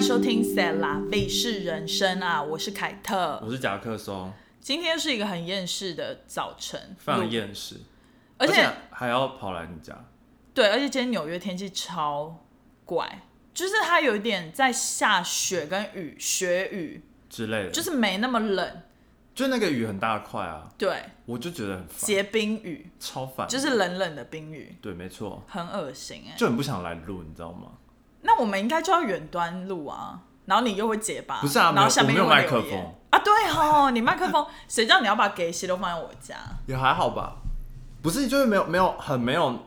收听《塞拉卫视人生》啊，我是凯特。我是夹克松，今天是一个很厌世的早晨，非常录，厌世，而且还要跑来你家，对，而且今天纽约天气超怪，就是它有一点在下雪跟雨，雪雨，之类的，就就是是没那么冷，就那个雨很大块啊，对，我就觉得很烦，结冰雨，超烦，就是冷冷的冰雨，对，没错，很恶心哎、就很不想来录，你知道吗？那我们应该就要远端录啊，然后你又会结巴，不是啊然后没有下面我没有又会麦克留言风啊，对哦，你麦克风，谁叫你要把给息都放在我家？也还好吧，不是，就是没有没有很没有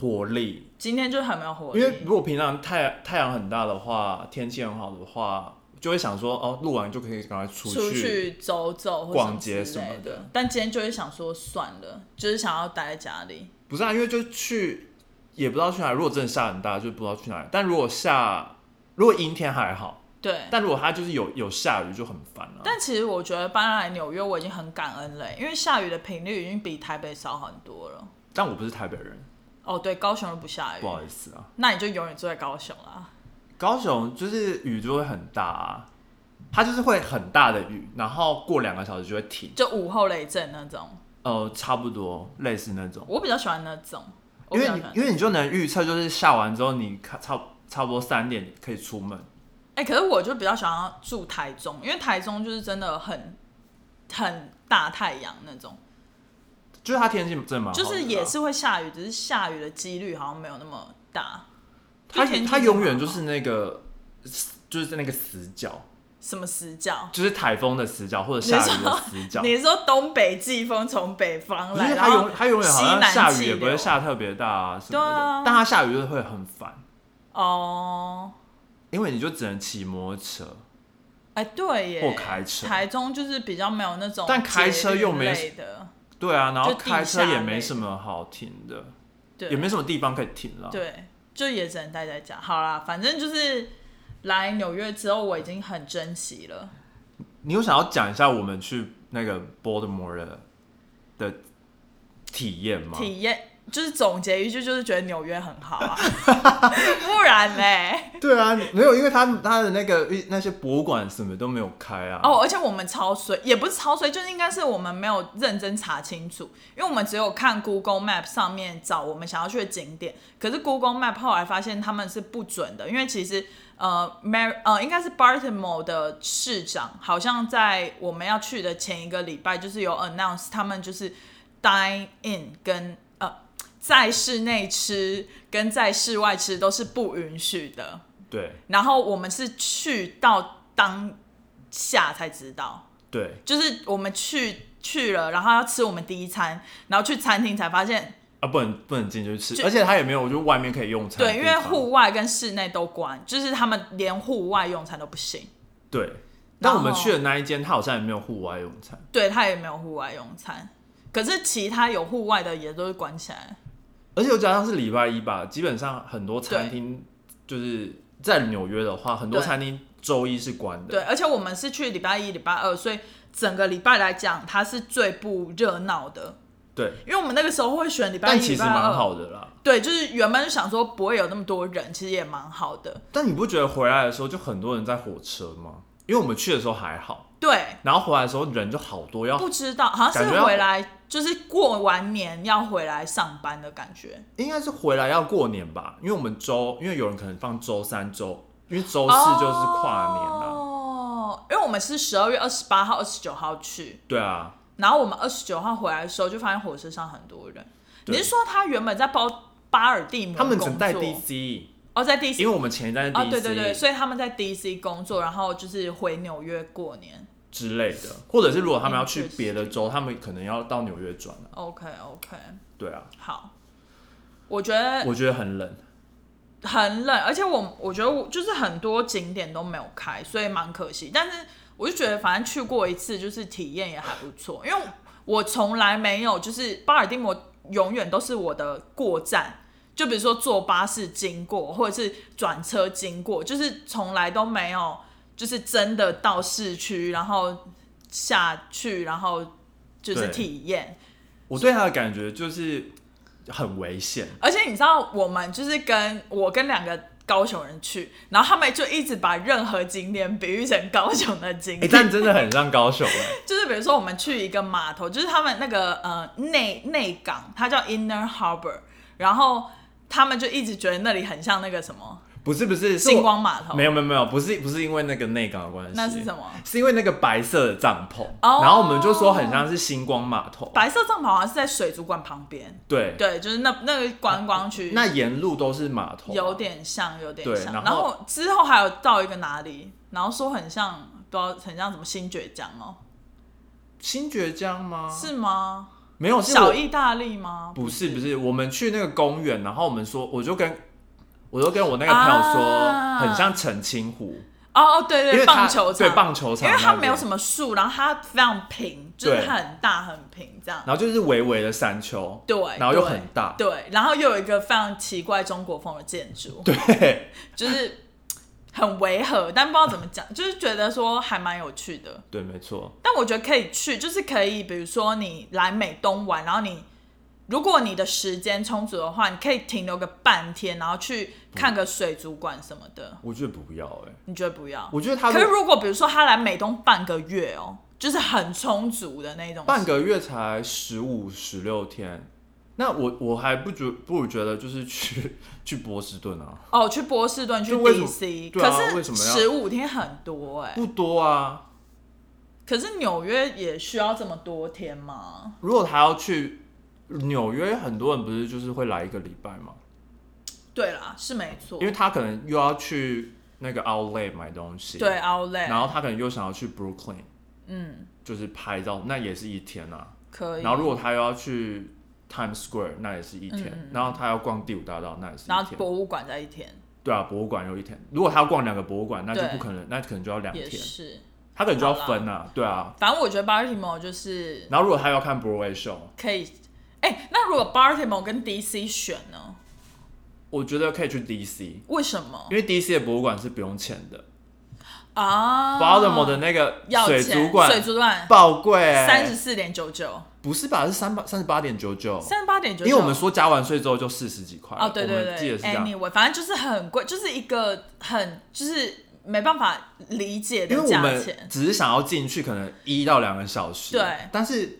活力，今天就很没有活因为力，如果平常太太阳很大的话，天气很好的话，就会想说哦，录完就可以赶快出出去走走或逛街什什么么之类的。但今天就是想说算了，就是想要待在家里。不是啊，因为就去也不知道去哪里。如果真的下很大，就不知道去哪里。但如果下如果阴天还好，对，但如果它就是有有下雨就很烦啊了、但其实我觉得搬来纽约我已经很感恩了，因为下雨的频率已经比台北少很多了。但我不是台北人，哦，对，高雄都不下雨不，好意思啊。那你就永远住在高雄啦。高雄就是雨就会很大、啊，它就是会很大的雨，然后过两个小时就会停。就午后雷阵那种，呃，差不多类似那种，我比较喜欢那种，我因比为较喜你欢。因为你就能预测，就是下完之后你看差差不多三点可以出门。哎、可是我就比较想要住台中，因为台中就是真的很很大太阳那种，就是它天气真的蛮好的啊、就是也是会下雨，只是下雨的几率好像没有那么大。它就天气它永远不就好啊是那个，就是那个死角，什么死角？就是台风的死角或者下雨的死角。你是说东北季风从北方不来，是然它后永它永远好西像南下气雨也不会流下特别大啊什对么的，啊但它下雨就是会很烦，哦，因为你就只能骑摩托车。哎、对耶，或开车台中就是比较没有那种，但开车又没的，对啊，然后就地开车下也类没的什么好停的，对，也没什么地方可以停了。对，就也只能待在家。好啦，反正就是来纽约之后，我已经很珍惜了。你有想要讲一下我们去那个 Baltimore 的的体验吗？体验就是总结一句，就是觉得纽约很好 啊，不然嘞。对啊，没有，因为他他的那个那些博物馆什么都没有开啊。哦，而且我们超衰，也不是超衰，就是应该是我们没有认真查清楚，因为我们只有看 Google Map 上面找我们想要去的景点，可是 Google Map 后来发现他们是不准的，因为其实呃 Mar 呃应该是 Baltimore 的市长好像在我们要去的前一个礼拜就是有 announce 他们就是 dine in 跟呃在室内吃跟在室外吃都是不允许的，对然后我们是去到当下才知道，对，就是我们去去了，然后要吃我们第一餐，然后去餐厅才发现，啊，不能不能进去吃，就而且它也没有，就外面可以用餐的对，地因方。为户外跟室内都关，就是他们连户外用餐都不行，对，但我然们后去的那一间，它好像也没有户外用餐。对他也没有户外用餐，可是其他有户外的也都是关起来，而且我加上是礼拜一吧，基本上很多餐厅就是在纽约的话，很多对餐厅周一是关的。对，而且我们是去礼拜一、礼拜二，所以整个礼拜来讲，它是最不热闹的，对，因为我们那个时候会选礼拜一、但礼其实拜二蛮。好的啦。对，就是原本就想说不会有那么多人，其实也蛮好的。但你不觉得回来的时候就很多人在火车吗？因为我们去的时候还好，对，然后回来的时候人就好多，要不知道好像感觉是要回来就是过完年要回来上班的感觉。应该是回来要过年吧，因为我们周，因为有人可能放周三周，因为周不四就是跨年啊。哦，因为我们是十二月二十八号、二十九号去，对啊，然后我们二十九号回来的时候就发现火车上很多人。对你是说他原本在包巴尔的摩他们工只带作 DC，哦，在 DC 因为我们前一站是 DC、哦，对对对，所以他们在 DC 工作，然后就是回纽约过年。之类的，或者是如果他们要嗯去确实别的州，他们可能要到纽约转啊了。 OK OK，对啊，好，我觉得我觉得很冷。很冷，而且我我觉得我就是很多景点都没有开，所以蛮可惜。但是我就觉得反正去过一次，就是体验也还不错，因为我从来没有就是巴尔的摩永远都是我的过站。就比如说坐巴士经过，或者是转车经过，就是从来都没有，就是真的到市区，然后下去，然后就是对体验。我对他的感觉就是很危险， 而且你知道，我们就是跟我跟两个高雄人去，然后他们就一直把任何景点比喻成高雄的景哎、点。但真的很像高雄哎、就是比如说我们去一个码头，就是他们那个呃内内港，它叫 Inner Harbor，然后他们就一直觉得那里很像那个什么不是不是，是我星光码头，没有没有没有，不是不是因为那个内港的关系，那是什么？是因为那个白色的帐篷哦然后我们就说很像是星光码头，白色帐篷好像是在水族馆旁边，对，对，就是那那个观光区，那沿路都是码头，有点像，有点对像。然然后后之后还有到一个哪里，然后说很像，不知道很像什么新爵江哦，新爵江吗？是吗？没有是小我意大利吗？不是不是，我们去那个公园，然后我们说，我就跟我就跟我那个朋友说，啊很像澄清湖，哦哦，对因为对，它棒球场，对棒球场，因为它没有么，什么树，然后它非常平，就是对很大很平这样。然后就是微微的山丘，对，然后又对很大对，然后又有一个非常奇怪中国风的建筑，对，对就是很违和，但不知道怎么讲，就是觉得说还蛮有趣的。对，没错，但我觉得可以去，就是可以，比如说你来美东玩，然后你如果你的时间充足的话，你可以停留个半天，然后去看个水族馆什么的。我觉得不要哎、你觉得不要？我觉得他可是如果比如说他来美东半个月哦，就是很充足的那种，半个月才十五十六天，那我我还不觉不如觉得就是去 去波士顿啊，哦，去波士顿去就为什么 DC，、对啊为可什是么要十五天很多哎、不多啊。可是纽约也需要这么多天吗？如果他要去纽约，很多人不是就是会来一个礼拜嘛，对啦，是没错因，为他可能又要去那个 Outlet 买东西，对，Outlet，然后他可能又想要去 Brooklyn，嗯，就是拍照，那也是一天啊。可以，然后如果他又要去 Times Square，那也是一天，然后他要逛第五大道，那也嗯是然一后天。博物馆在一天对啊，博物馆有一天，如果他要逛两个博物馆，那就对不可能，那可能就要两也天，是。他可能就要分啊，对啊。反正我觉得 Baltimore 就是然后如果他要看 Broadway show，可以，哎、那如果 Baltimore 跟 DC 选呢？我觉得可以去 DC，因为什么为 DC 的博物馆是不用钱的。啊 Baltimore 的那个要水钱族馆水族馆爆贵、三十四点九九，不是吧？是三八三十八点九九，三十八点九因九，为我们说加完税之后就四十几块了。哦，对对我们记得对是这样。 ，anyway，反正就是很贵，就是一个很就是没办法理解因为的我价们钱，只是想要进去，可能一到两个小时。对但是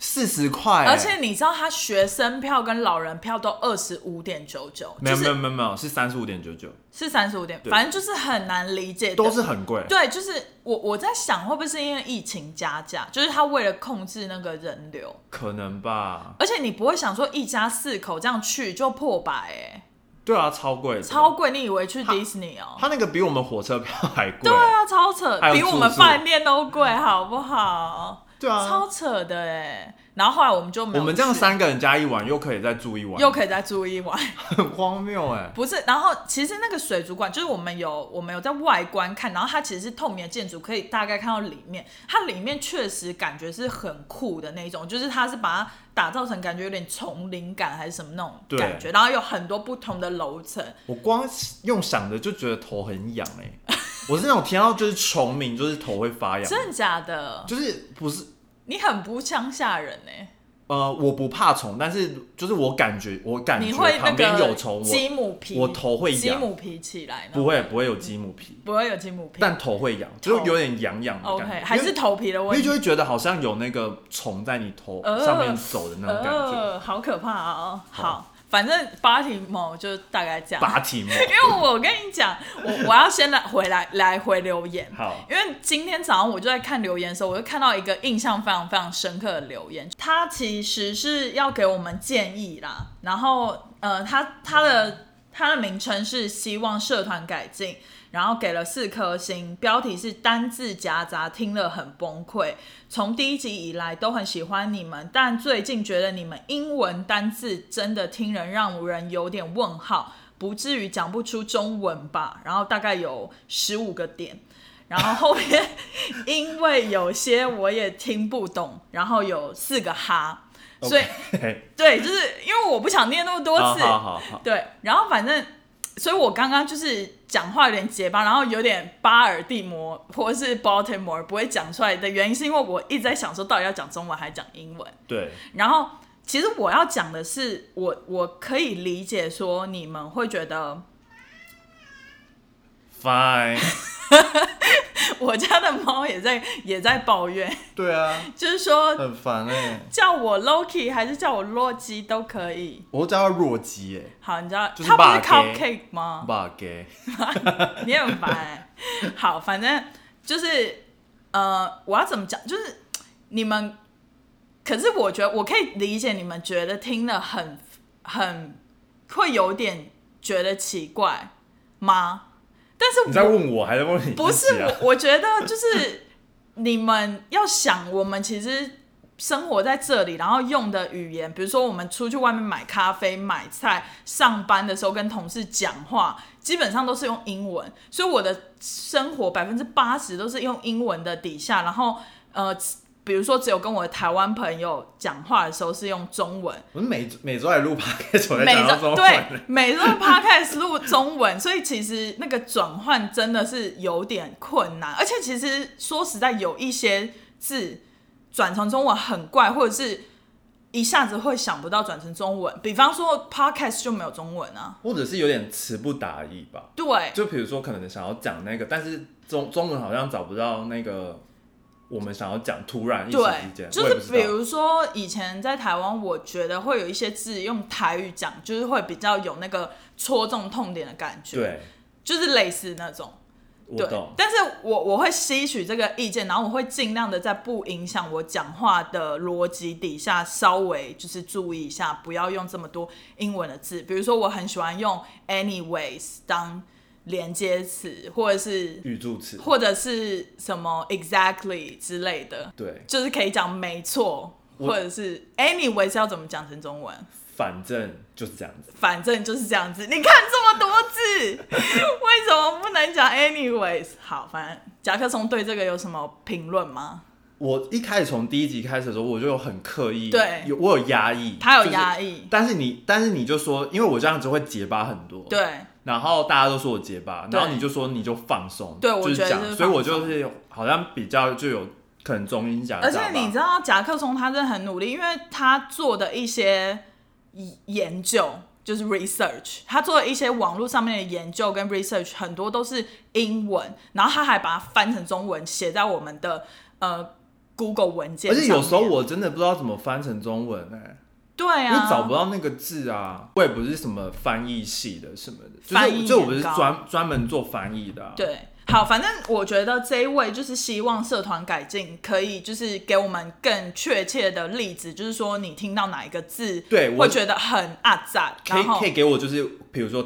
四十块欸，而且你知道，他学生票跟老人票都二十五点九九，没就有没有是没有没有是三十五点九九，是三十五点，对反正就是很难理解的，都是很贵。对，就是我我在想，会不会是因为疫情加价，就是他为了控制那个人流，可能吧？而且你不会想说一家四口这样去就破百哎、对啊，超贵的，超贵，你以为去迪士尼哦、他那个比我们火车票还贵。对啊，超扯还，有比我们住宿饭店都贵，好不好？对啊，超扯的哎、然后后来我们就没有我们这样去三个人加一晚，又可以再住一晚，又可以再住一晚， 很荒谬哎。不是？然后其实那个水族馆就是我们有我们有在外观看，然后它其实是透明的建筑，可以大概看到里面。它里面确实感觉是很酷的那一种，就是它是把它打造成感觉有点丛林感还是什么那种对感觉，然后有很多不同的楼层，我光用想的就觉得头很痒 哎。我是那种听到就是虫鸣，就是头会发痒，真的假的？就是不是你很不乡下人哎、呃，我不怕虫，但是就是我感觉，我感你觉会那旁边个有虫，鸡我母皮，我头会鸡痒，母皮起来呢，不会不会有鸡母皮，不会有鸡母皮，但头会痒，就是有点痒痒的感觉 OK 还是因为头皮的问因为题就。会觉得好像有那个虫在你头呃上面走的那种感觉，呃，好可怕哦！好，好反正巴提某就大概这样。拔体毛。 因为我跟你讲，我我要先来回来来回留言。好， 因为今天早上我就在看留言的时候，我就看到一个印象非常非常深刻的留言，他其实是要给我们建议啦。然后呃，他他的他的名称是希望社团改进，然后给了四颗星，标题是单字夹杂，听了很崩溃。从第一集以来都很喜欢你们，但最近觉得你们英文单字真的听人让人有点问号，不至于讲不出中文吧？然后大概有十五个点。然后后面因为有些我也听不懂，然后有四个哈，所以 OK 啊对，就是因为我不想念那么多好次，好好好，对，然后反正，所以我刚刚就是讲话有点结巴，然后有点巴尔的摩或是 Baltimore 不会讲出来的原因，是因为我一直在想说，到底要讲中文还是讲英文？对，然后其实我要讲的是，我我可以理解说你们会觉得 fine。我家的猫也在也在抱怨，对啊，就是说很烦哎、叫我 Loki 还是叫我洛基都可以。我都叫它弱鸡哎、好，你知道、就是它不是霸给 cupcake 吗？霸 gay，你很烦欸、好，反正就是呃，我要怎么讲？就是你们，可是我觉得我可以理解你们觉得听了很很会有点觉得奇怪吗？但是我 你在问我还是问你、啊？不是我，我觉得就是你们要想，我们其实生活在这里，然后用的语言，比如说我们出去外面买咖啡、买菜、上班的时候跟同事讲话，基本上都是用英文，所以我的生活百分之八十都是用英文的底下，然后呃。比如说，只有跟我的台湾朋友讲话的时候是用中文，我们每每周来录 podcast，我在每讲到中周文对每周 podcast 录中文，所以其实那个转换真的是有点困难，而且其实说实在，有一些字转成中文很怪，或者是一下子会想不到转成中文。比方说 podcast 就没有中文啊，或者是有点词不达意吧。对，就比如说，可能想要讲那个，但是中中文好像找不到那个我们想要讲，突然一时之对，间，就我也是不知道比如说以前在台湾，我觉得会有一些字用台语讲，就是会比较有那个戳中痛点的感觉，，对，就是类似那种。我对懂，，但是我我会吸取这个意见，然后我会尽量的在不影响我讲话的逻辑底下，稍微就是注意一下，不要用这么多英文的字。比如说，我很喜欢用 anyways 当连接词，或者是语助词，或者是什么 exactly 之类的，对，就是可以讲没错，我或者是 anyways 要怎么讲成中文。反正就是这样子。反正就是这样子。你看这么多字，为什么不能讲 anyways？好，反正甲壳虫对这个有什么评论吗？我一开始从第一集开始的时候，我就有很刻意，对有我有压抑，他有就是压抑，但是你，但是你就说，因为我这样子会结巴很多，，对然后大家都说我结巴，对然后你就说你就放松，对就我觉得讲就是所以我放松就是好像比较就有可能中音夹杂而吧，且你知道甲壳虫他真的很努力，因为他做的一些研究就是 research，他做了一些网络上面的研究跟 research，很多都是英文，然后他还把它翻成中文写在我们的呃 Google 文件而上且面。有时候我真的不知道怎么翻成中文哎、对因为啊，找不到那个字啊，我也不是什么翻译系的什么的，翻译就是就我不是很高专专门做翻译的、啊，，对，好，反正我觉得这一位就是希望社团改进，可以就是给我们更确切的例子，就是说你听到哪一个字，对我会觉得很阿赞，可以然后可以给我就是比如说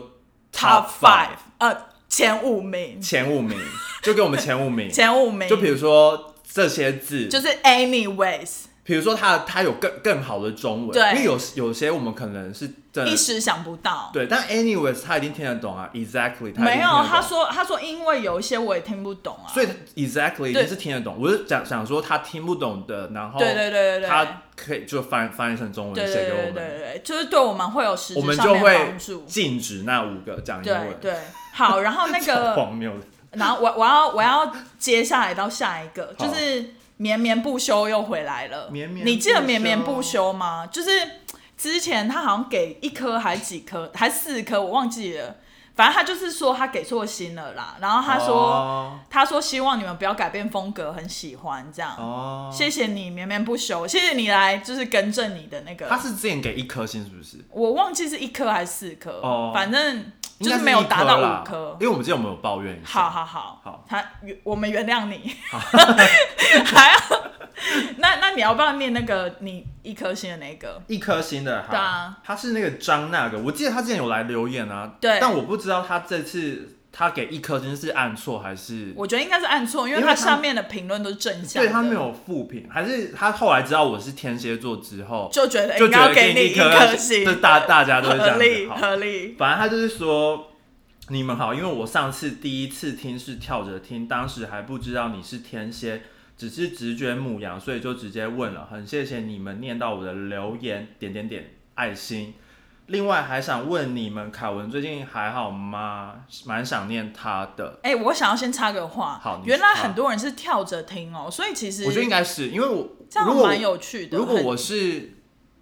top five 呃前五名，前五 名，就给我们前五名，前五名就比如说这些字，就是 anyways，比如说它它有更更好的中文，对因为有有些我们可能是真一的时想不到。呃对，但 anyways 他一定听得懂啊，exactly 他一定没听有，得他懂，说他说因为有一些我也听不懂啊，所以 exactly 一对定是听得懂，我是想想说他听不懂的，然后对对对对对，他可以就翻翻译成中对文对写对给对我对们，对，就是对我们会有实我质们上就面的会帮助。禁止那五个讲英对 文，对，好，然后那 个荒谬的，然后我我要我要接下来到下一个，好就是绵绵不休又回来了。绵绵你记得不休绵绵不休吗？就是之前他好像给一颗还几颗，还四颗，我忘记了。反正他就是说他给错心了啦，然后他说、哦他说希望你们不要改变风格，很喜欢这样。哦，谢谢你绵绵不休，谢谢你来就是更正你的那个他。是之前给一颗星是不是？我忘记是一颗还是四颗，哦反正应就该是是没有一达到啦五颗因。为我们之前我们有抱怨一下，好好好，好他原我们原谅你， 还要那那你要不要念那个你一颗星的那个？一颗星的，哈对啊，他是那个张那个，我记得他之前有来留言啊，对但我不知道他这次他给一颗星是按错还是，我觉得应该是按错，因为因为它他上面的评论都是正向对的，他没有复评，还是他后来知道我是天蝎座之后，就觉得就应该觉要得给你一颗星，星这，大大家都是这合理样子，好，合理，反正他就是说。你们好，因为我上次第一次听是跳着听，当时还不知道你是天蝎，只是直觉母羊，所以就直接问了。很谢谢你们念到我的留言，点点点爱心。另外还想问你们，凯文最近还好吗？蛮想念他的，哎、我想要先插个话，好你原来插很多人是跳着听哦，所以其实我觉得应该是因为我这样如果蛮有趣的。如果很我是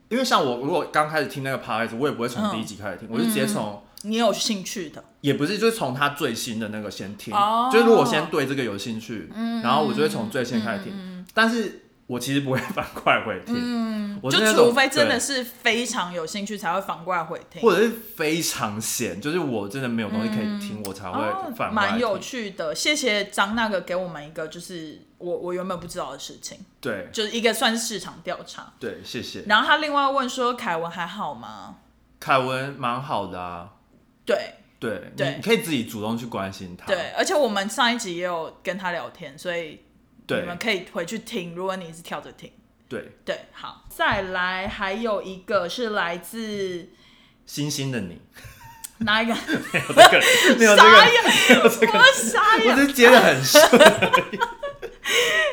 因为像我如果刚开始听那个 podcast，我也不会从嗯第一集开始听，我就直接从你有兴趣的，也不是，就是从他最新的那个先听。哦嗯就是如果先对这个有兴趣，然后我就会从最先开始听。但是我其实不会反过来回听，我嗯就是那种除非真的对是非常有兴趣才会反过来回听。或者是非常闲，就是我真的没有东西可以听，我才会反过来嗯哦蛮有听。趣的，谢谢张那个给我们一个就是我我原本不知道的事情，对就是一个算是市场调查。对，谢谢。然后他另外问说凯文还好吗？凯文蛮好的啊，对对，对你你可以自己主动去关心他。对，而且我们上一集也有跟他聊天，所以你们对可以回去听，如果你是跳着听。对，对，好，再来还有一个是来自星星的 你，哪一个？没有这个人， 没有这个傻人，眼，我傻眼，没有这个人，我只是接的很顺。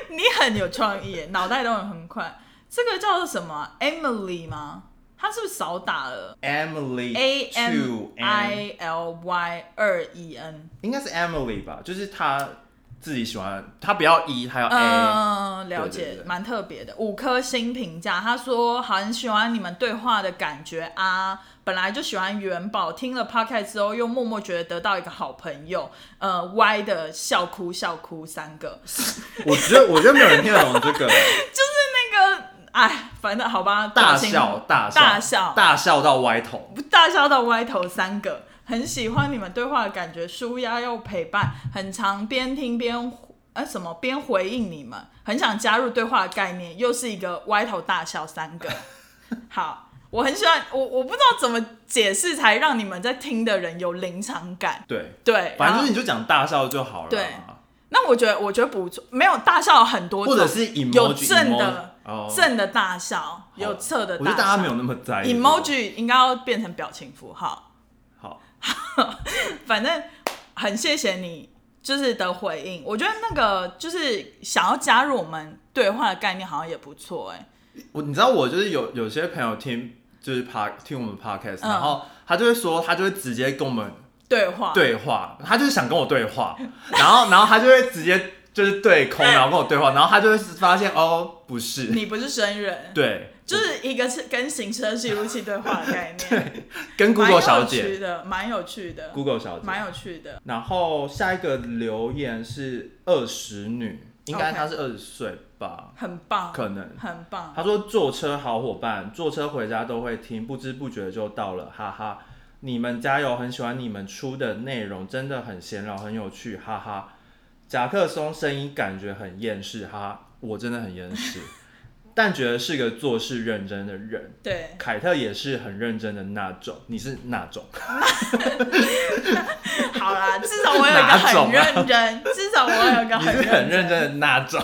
你很有创意耶，脑袋动得很快。这个叫做什么啊？Emily 吗？他是不是少打了 Emily ？A M to N I L Y 二 E N，应该是 Emily 吧，就是她自己喜欢，她不要 E，她要 A，、嗯，了对对解对，蛮特别的，五颗星评价。他说很喜欢你们对话的感觉啊，本来就喜欢元宝，听了 podcast 之后又默默觉得得到一个好朋友，呃歪的笑哭笑哭三个，我觉得我觉得没有人听得懂这 个那个哎，反正好吧，大亲笑大笑大笑大笑到歪头，大笑到歪头三个，很喜欢你们对话的感觉，舒压又陪伴，很常边听边呃什么边回应你们，很想加入对话的概念，又是一个歪头大笑三 个。好，我很喜欢我我不知道怎么解释才让你们在听的人有临场感，对，对，反然正就后是你就讲大笑就好了对嘛，那我觉得我觉得不错，没有大笑很多种，或者是 emoji 有正的 emoji，哦正的大笑，有侧的我大笑，觉得大家没有那么在意 emoji 应该要变成表情符号。好，反正很谢谢你就是的回应，我觉得那个就是想要加入我们对话的概念好像也不错哎、我你知道我就是有有些朋友听就是 p 听我们 podcast，、嗯然后他就会说他就会直接跟我们对话，对话，他就是想跟我对话，然后然后他就会直接就是对空，然后跟我对话，然后他就会发现哦不是， 你不是生人，对，就是一个是跟行车记录器对话的概念，跟 Google 小姐蛮有趣的，蛮有趣的， Google 小姐。蛮有趣的。然后下一个留言是二十女，应该她是二十岁吧很棒，可能。很棒，她说坐车好伙伴，坐车回家都会听，不知不觉就到了，哈哈。你们加油，很喜欢你们出的内容，真的很闲聊，很有趣，哈哈。夹克松声音感觉很厌世，哈哈，我真的很厌世， 但觉得是个做事认真的人。对，凯特也是很认真的那种，你是那种？好 啦，至少我有一个哪种很啊认真，至少我有一个你是很认很认真的那种？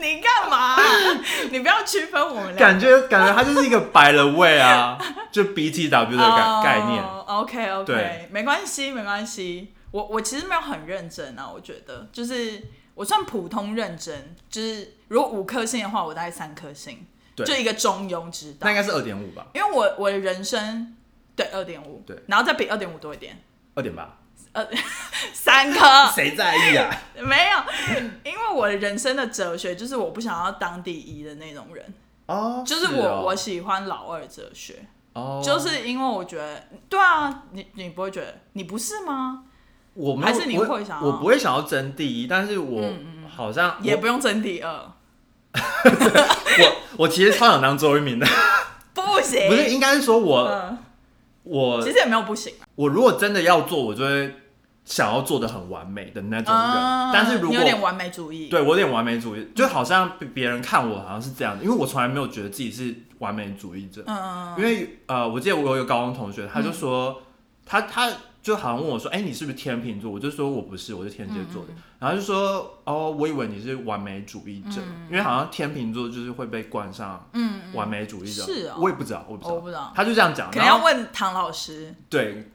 你干嘛、 你不要区分我们俩感觉感觉它就是一个摆了位啊， 就 BTW 的概概念。哦 OK OK，对没关系没关系。我我其实没有很认真啊，我觉得就是我算普通认真，就是如果五颗星的话，我大概三颗星，对就一个中庸之道那应。该是二点五吧，因为我我的人生对二点五，对然后再比二点五多一 点，二点八，三颗谁在意啊？没有，因为我的人生的哲学就是我不想要当第一的那种人，哦，就是我、哦我喜欢老二哲学。哦，就是因为我觉得，对啊，你你不会觉得你不是吗？我没有还是你我会想要嗯我不会想要争第一，但是我好像也不用呃争第二，我我我其实超想当周 渝民的，不行，不是应该呃是说我嗯，我其实也没有不行啊，我如果真的要做，我就会想要做的很完美的那种人，嗯但是如你果有点完美主义，对我有点完美主义，就好像别人看我好像是这样的，因为我从来没有觉得自己是完美主义者。嗯，因为呃，我记得我有一个高中同学，他就说、他他就好像问我说，哎、你是不是天秤座？我就说我不是，我是天蝎座嗯的。然后就说哦，我以为你是完美主义者，因为好像天秤座就是会被冠上嗯完美主义者。是哦我也不知道，我也不知道，我不知道他就这样讲，可能然要后问唐老师， 对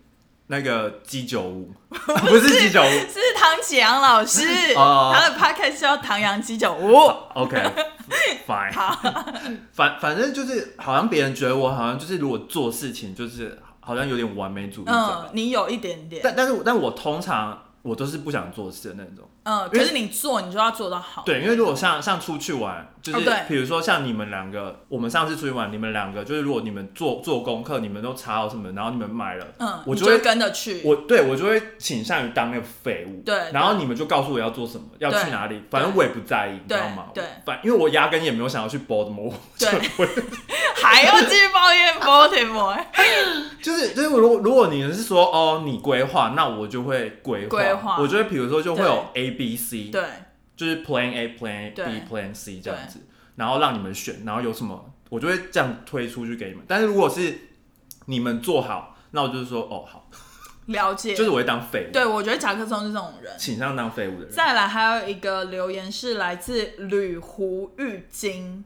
那个鸡酒屋，不是鸡酒屋， 是唐启阳老师，哦他的 podcast 叫《唐阳鸡酒屋》， OK，fine，、反反正就是好像别人觉得我好像就是如果做嗯事情就是好像有点完美主义者吧，嗯，你有一点点，但但是我但我通常我都是不想做事的那种。嗯，可是你做你就要做到好。对，因为如果像像出去玩，就哦是对比如说像你们两个，我们上次出去玩，你们两个就是如果你们做做功课，你们都查好什么，然后你们买了，嗯，我你就就会会跟着去。我对我就会倾向于当那个废物。对然后你们就告诉我要做什么，要去对哪里，反正我也不在意，你知对道吗？对反因为我压根也没有想要去 Baltimore， 对， 还要继续抱怨 Baltimore 就是就是如果如果你是说哦你规划，那我就会规划，规划我就会比如说就会有 A B C，对就是 Plan A Plan 对 B Plan C 这样子，然后让你们选，然后有什么我就会这样推出去给你们。但是如果是你们做好，那我就是说哦好，了解。就是我会当废物，对，我觉得甲壳虫是这种人。倾向当废物的人。再来还有一个留言是来自吕湖浴 巾，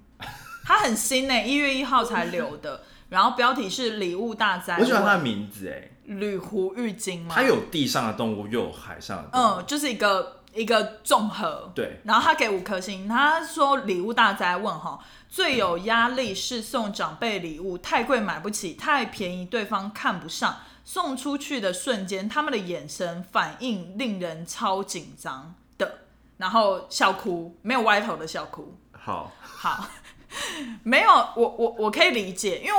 它很新呢、1一月欸一号才留的。然后标题是“礼物大灾问”，我喜欢他的名字嗯哎，吕湖浴巾吗？它有地上的动物，又有海上的动物。嗯，就是一个一个综合。对，然后他给五颗星，他说礼物大灾问哈，最有压力是送长辈礼物，太贵买不起，太便宜对方看不上，送出去的瞬间，他们的眼神反应令人超紧张的，然后笑哭，没有歪头的笑哭。好，好， 没有，我我我可以理解，因为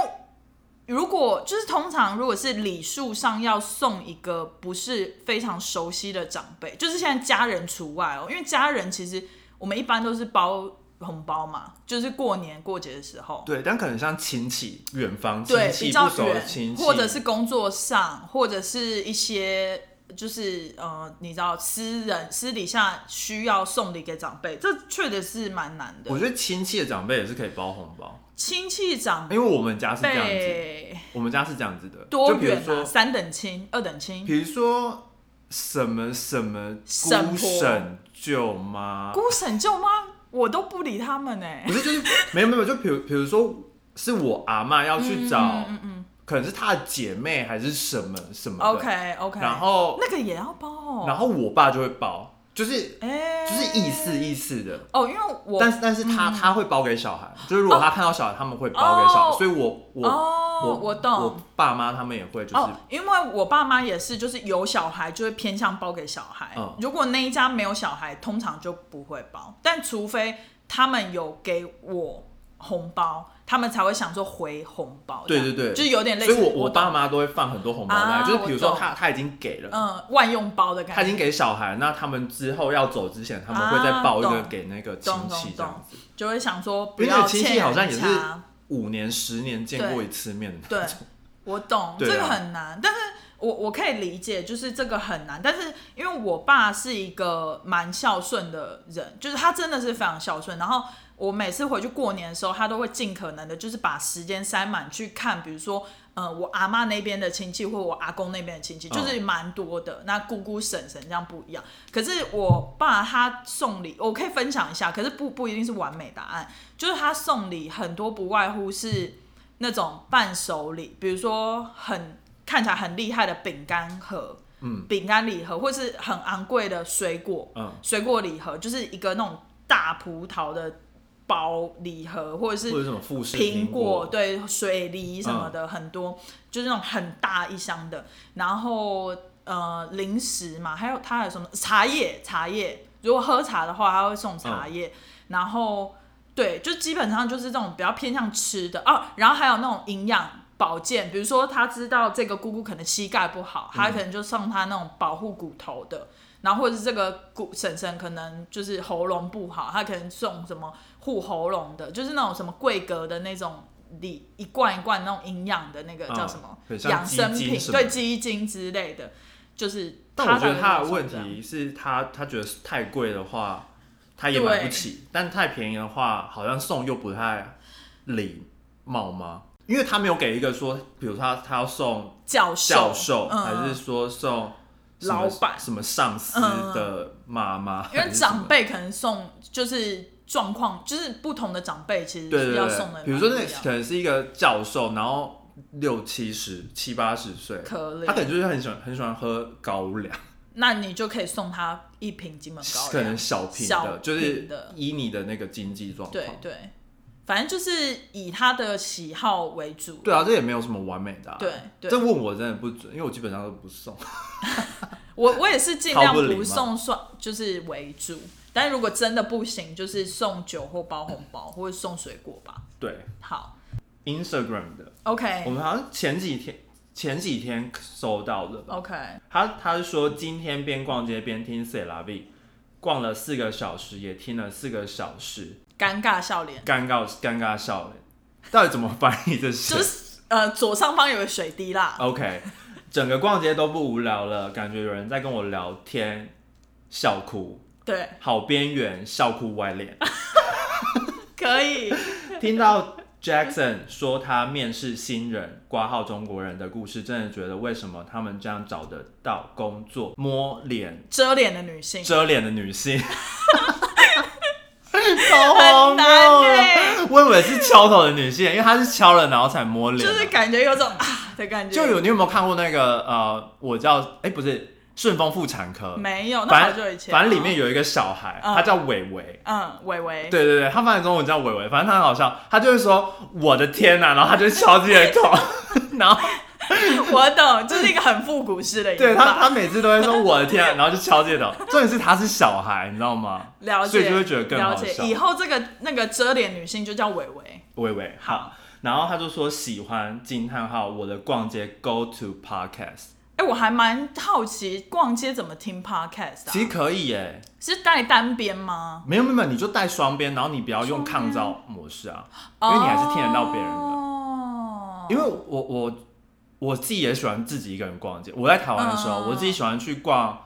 如果就是通常如果是礼数上要送一个不是非常熟悉的长辈，就是现在家人除外哦，因为家人其实我们一般都是包红包嘛，就是过年过节的时候，对，但可能像亲戚、远方亲对，戚、比不较熟的亲远，戚，或者是工作上，或者是一些就是呃，你知道私人私底下需要送礼给长辈，这确实是蛮难我的。觉得亲戚的长辈也是可以包红包，亲戚长因为我们家是这样子，辈。我们家是这样子的，多就比如远啊？说，三等亲、二等亲、比如说什么什么婶姑婆婶舅妈，姑婶舅妈，我都不理他们呢、欸不是就是没有没有，就比如比如说是我阿嬷要去嗯找，可能是她的姐妹还是什么什么的 OK OK，然后那个也要包哦。然后我爸就会包，就是哎、就是意思意思的。哦，因为我嗯但是但是他、他会包给小孩，就是如果他看到小孩，他们会包给小孩，哦所以我我、哦我我懂我爸妈他们也会就是、哦，因为我爸妈也是，就是有小孩就会偏向包给小孩。嗯如果那一家没有小孩，通常就不会包，但除非他们有给我红包，他们才会想说回红包这对样。对对，就是有点类所似以我我懂爸妈都会放很多红包来，啊就是比如说我懂他他已经给了，嗯万用包的感他觉已。经给小孩，那他们之后要走之前，他们会再包一个懂给那个亲懂戚啊懂这样子。就会想说不因为那要个亲欠戚好像也人是家五年十年见过一次面的对那种，，我懂，这对啊个很难，但是我我可以理解，就是这个很难，但是因为我爸是一个蛮孝顺的人，就是他真的是非常孝顺，然后。我每次回去过年的时候，他都会尽可能的，就是把时间塞满去看，比如说，呃，我阿妈那边的亲戚或我阿公那边的亲戚，嗯就是蛮多的。那姑姑、婶婶这样不一样。可是我爸他送礼，我可以分享一下，可是不不一定是完美答案，就是他送礼很多不外乎是那种伴手礼，比如说很看起来很厉害的饼干盒、嗯饼干礼盒，或是很昂贵的水果、嗯，水果礼盒，就是一个那种大葡萄的包礼盒，或者或者是什么富士苹果，嗯对水梨什么的，很多就是那种很大一箱的，然后呃零食嘛，还有它还有什么茶叶，茶叶如果喝茶的话，他会送茶嗯叶，然后对，就基本上就是这种比较偏向吃的哦，然后还有那种营养。保健，比如说他知道这个姑姑可能膝盖不好，嗯他可能就送她那种保护骨头的，然后或者是这个骨婶婶可能就是喉咙不好，他可能送什么护喉咙的，就是那种什么桂格的那种礼一罐一罐那种营养的那个嗯叫什么很像养生鸡精品，什么对基金之类的，就是但他我觉得才他会的送问这样题是他他觉得太贵的话，他也买不起；但太便宜的话，好像送又不太礼貌吗？因为他没有给一个说，比如说他他要送教授教授，嗯还是说送什么老板嗯什么上司的妈妈，因为还是什么长辈可能送就是状况，就是不同的长辈其实对是对要送的对，蛮不比一如样，说那可能是一个教授，然后六七十、七八十岁，可他可以，能就是很喜欢很喜欢喝高粱。那你就可以送他一瓶金门高可粱能，小瓶小的，瓶就是的依你的那个经济状况对。对，反正就是以他的喜好为主，对啊，这也没有什么完美的、啊。对对 这问我真的不准，因为我基本上都不送。我我也是尽量超不灵不吗送算，就是为主。但如果真的不行，就是送酒或包红包，或者送水果吧。对好，Instagram 的，我，OK，OK，、们好像前几天前几天收到的吧。他他是说今天边逛街边听 C l a V，逛了四个小时，也听了四个小时，尴尬笑 脸，尴尬尴尬笑了。到底怎么翻译这些、就是呃左上方有个水滴啦， o k 整个逛街都不无聊了，感觉有人在跟我聊天，笑哭，对，好边缘，笑哭歪 脸。可以，听到 Jackson 说他面试新人挂号中国人的故事，真的觉得为什么他们这样找得到工作？摸脸遮脸的女性遮脸的 女性，超荒很谬难了欸我以为是敲头的女性，因为她是敲了然后才摸脸就啊，是感觉有种啊的感觉，就有你有没有看过那个呃，我叫哎、不是顺丰妇产科，没有？那好反久以正前，反正里面有一个小孩，嗯他叫伟伟。嗯，伟伟，对对对，他翻译中文叫伟伟，反正他很好笑，他就会说我的天呐、然后他就敲自 己的头， 然哎后 我懂，就是一个很复古式的对演他法，他每次都会说我的天、啊，然后就敲自己的头，重点是他是小孩，你知道吗？了解，所以就会觉得更了好解。笑以后这个那个遮脸女性就叫伟伟，伟伟好，然后他就说喜欢惊叹号我的逛街 go to podcast，哎、我还蛮好奇逛街怎么听 podcast 其实啊？可以耶，是带单边吗？没有没有没有，你就带双边，然后你不要用抗噪模式啊，因为你还是听得到别人的。哦，因为我我我自己也喜欢自己一个人逛街，我在台湾的时候，嗯我自己喜欢去逛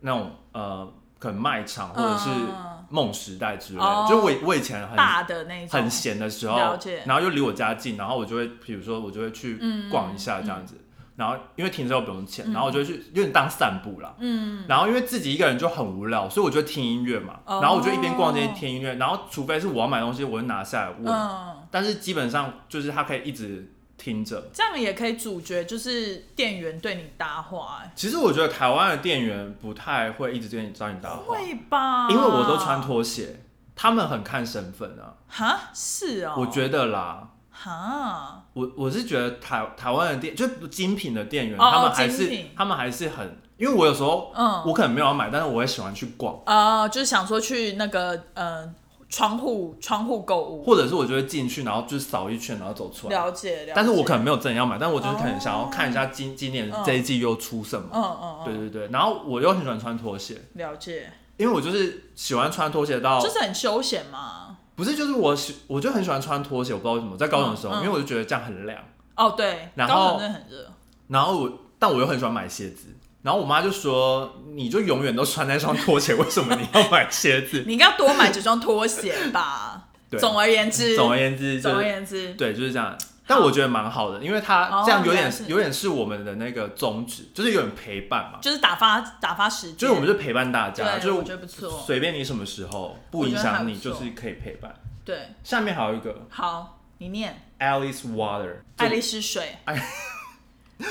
那种呃，可能卖场或者是嗯梦时代之类哦的，就我以我以前很大的那种很闲的时了候解，然后又离我家近，然后我就会，比如说我就会去嗯逛一下这样子，然后因为停车又不用钱，然后我就会去有点当散步啦。嗯，然后因为自己一个人就很无聊，所以我就听音乐嘛，哦然后我就一边逛街一边听音乐，然后除非是我要买东西，我就拿下来问，嗯，但是基本上就是他可以一直听着。这样也可以主角就是店员对你搭话、哎其实我觉得台湾的店员不太会一直对你找你搭话，会啊吧？因为我都穿拖鞋，他们很看身份啊，哈，是哦，我觉得啦。哈，我我是觉得台台湾的店就是精品的店员，哦哦他们还精是品他们还是很，因为我有时候、嗯，我可能没有要买，但是我会喜欢去逛，呃，就是想说去那个呃窗户窗户购物，或者是我就会进去，然后就是扫一圈，然后走出来。了解了解，但是我可能没有真的要买，但我就是可能想要哦看一下今今年嗯这一季又出什么。嗯嗯嗯，对对对，然后我又很喜欢穿拖鞋，了解，因为我就是喜欢穿拖鞋到就是很休闲嘛。不是就是我喜我就很喜欢穿拖鞋，我不知道为什么在高中的时候，嗯嗯因为我就觉得这样很凉。哦，对，然高后雄真的很热，然后我，但我又很喜欢买鞋子。然后我妈就说：“你就永远都穿那双拖鞋，为什么你要买鞋 子。你应该要多买几双拖鞋吧 对总而言？”之，总而言之，总就而是言之，对，就是这样。但我觉得蛮好的，因为哦它这样有原来点是有点是我们的那个宗旨，就是有点陪伴嘛，就是打发打发时间，就是我们就陪伴大家，对我就觉得不是错随便你什么时候不我影觉得还响不你，就错是可以陪伴。对，下面还有一个好，你念 Alice Water，爱丽丝水，哎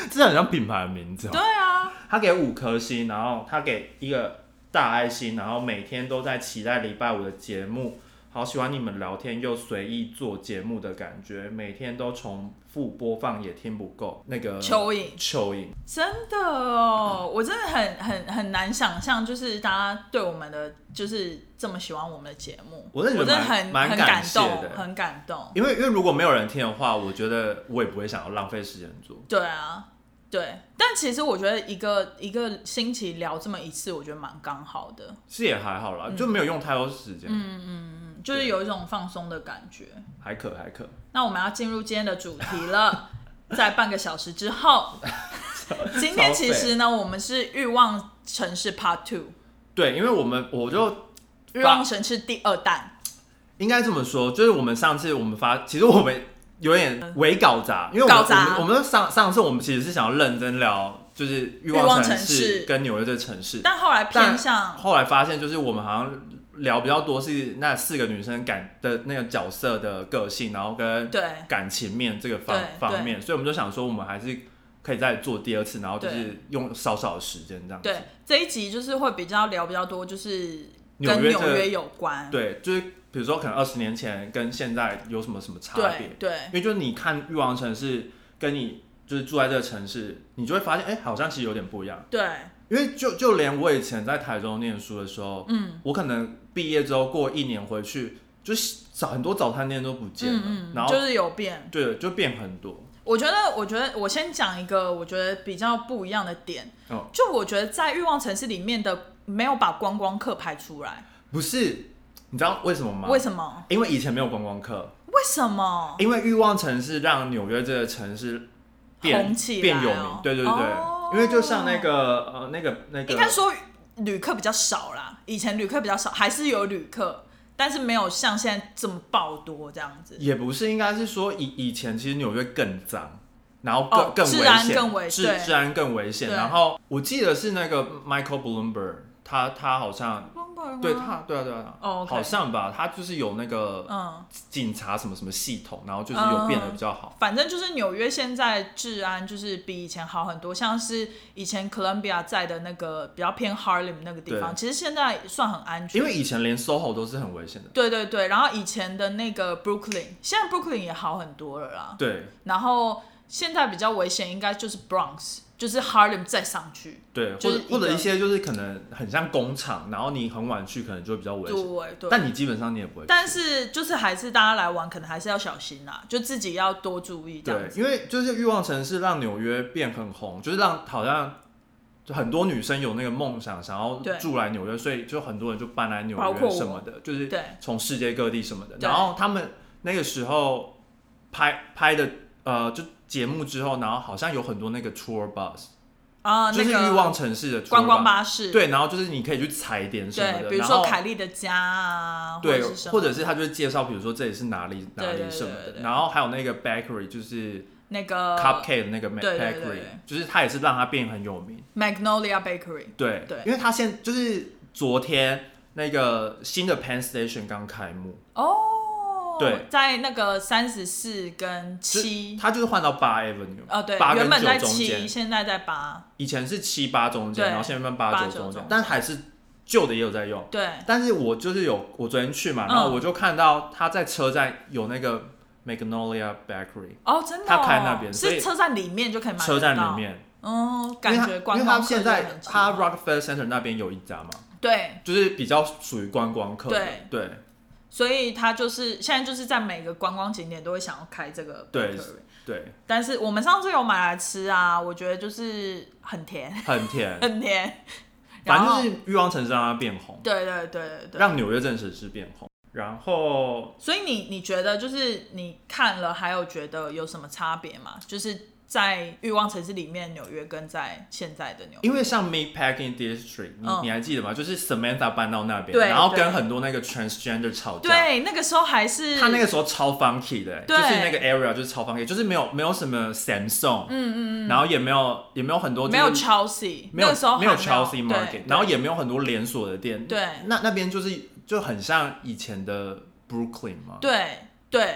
这很像品牌的名字哦对。啊，他给五颗星，然后他给一个大爱心，然后每天都在期待礼拜五的节目。好喜欢你们聊天又随意做节目的感觉，每天都重复播放也听不够。那个蚯蚓蚯蚓，真的哦，我真的很很很难想象，就是大家对我们的就是这么喜欢我们的节目，我我真的觉得蛮很蛮很感感谢动的，很感动，因为因为如果没有人听的话，我觉得我也不会想要浪费时间做。对啊，对，但其实我觉得一个一个星期聊这么一次，我觉得蛮刚好的，是也还好啦，就没有用太多时间，嗯就是有一种放松的感觉。还可还可。那我们要进入今天的主题了，在半个小时之 后，今天其实呢，我们是欲望城市 Part Two，对，因为我们我就欲望城市第二弹，应该这么说，就是我们上次我们发，其实我们有点伪搞砸，因为我们嗯搞砸我们我们上上次我们其实是想要认真聊，就是欲欲望城城市跟纽约这城市，但后来偏但向后来发现就是我们好像聊比较多是那四个女生感的那个角色的个性，然后跟对感情面这个方对方对面，所以我们就想说我们还是可以再做第二次，然后就是对用少少的时间这样子。对这一集就是会比较聊比较多，就是纽跟约这纽约有关，对，就是比如说可能二十年前跟现在有什么什么差别对。对因为就是你看欲望城市，跟你就是住在这个城市，你就会发现，哎、好像其实有点不一样。对，因为就就连我以前在台中念书的时候，嗯，我可能毕业之后过一年回去，就是早很多早餐店都不见了，嗯然嗯，后、就是有变。对，就变很多。我觉得，我觉得我先讲一个我觉得比较不一样的点，哦就我觉得在欲望城市里面的没有把观光客排出来，不是，你知道为什么吗？为什么？因为以前没有观光客，为什么？因为欲望城市让纽约这个城市变红起来变有哦名，对对对，哦因为就像那个呃那个那个，应该说旅客比较少啦，以前旅客比较少，还是有旅客，但是没有像现在这么爆多这样子。也不是，应该是说以以前其实纽约更脏，然后更、哦更治危安险，更危治对治安更危险。对然后我记得是那个 Michael Bloomberg，他他好像对他对啊对啊，哦，OK 好像吧，他就是有那个嗯，警察什么什么系统，然后就是有变得比较好。反正就是纽约现在治安就是比以前好很多，像是以前 Columbia 在的那个比较偏 Harlem 那个地方，对其实现在算很安全。因为以前连 SOHO 都是很危险的，对对对，然后以前的那个 Brooklyn，现在 Brooklyn 也好很多了啦。对然后现在比较危险应该就是 Bronx，就是 Harlem 再上去。对，就是或者或者一个一些就是可能很像工厂，然后你很晚去可能就会比较危对险，对。但你基本上你也不会去。但是就是还是大家来玩，可能还是要小心啦，就自己要多注意这对样，子。因为就是《欲望城市》让纽约变很红，就是让好像就很多女生有那个梦想，想要对住来纽约，所以就很多人就搬来纽包括我约什么的，就是对从世界各地什么的。对然后他们那个时候拍拍的呃，就节目之后，然后好像有很多那个 tour bus，、啊、就是那《个欲望城市》的 tour 观光 bus 巴士，对，然后就是你可以去踩点什么对，的，比如然说后凯莉的家啊，或对者是什，么，或者是他就会介绍，比如说这里是哪里哪对对里对什么的，对对然后还有那个 bakery 就是。那个 Cupcake 的那个 Mac 呃对 Bakery，对对对就是它也是让它变很有名。 Magnolia Bakery，对，对因为它现就是昨天那个新的 Penn Station 刚开幕，哦，对，在那个三十四跟就是七，它就是换到八 Avenue，哦对，八跟原本在九中七，间，现在在八，以前是七八中间，对然后现在变八八九九中中间间，但还是旧的也有在用。对，但是我就是有，我昨天去嘛，嗯然后我就看到他在车站有那个 Magnolia Bakery，哦，真的、哦，他开那边所以是车站里面就可以买得到，车站里面，哦，因为感它觉因观为光他客现就在很喜他欢 Rockefeller Center 那边有一家嘛，对，就是比较属于观光客的，对对所以他就是现在就是在每个观光景点都会想要开这个 bakery，对对，但是我们上次有买来吃啊，我觉得就是很甜， 很甜，很甜。然反后正就是欲望城市让它变红，对对对对对。让纽约这城市变红。然后所以你你觉得就是你看了还有觉得有什么差别吗？就是在欲望城市里面纽约跟在现在的纽约，因为像 Meatpacking District，你、嗯你还记得吗？就是 Samantha 搬到那边，对然后对跟很多那个 transgender 吵架。对，那个时候还是他那个时候超 funky 的、就对是那个 area 就是超 funky，就是没有没有什么 Samsung，嗯嗯嗯，然后也没有也没有很多、就没是、有 Chelsea，没那有个时候还没有 Chelsea 对 Market，然后也没有很多连锁的店，对那那边就是就很像以前的 Brooklyn 嘛，对对，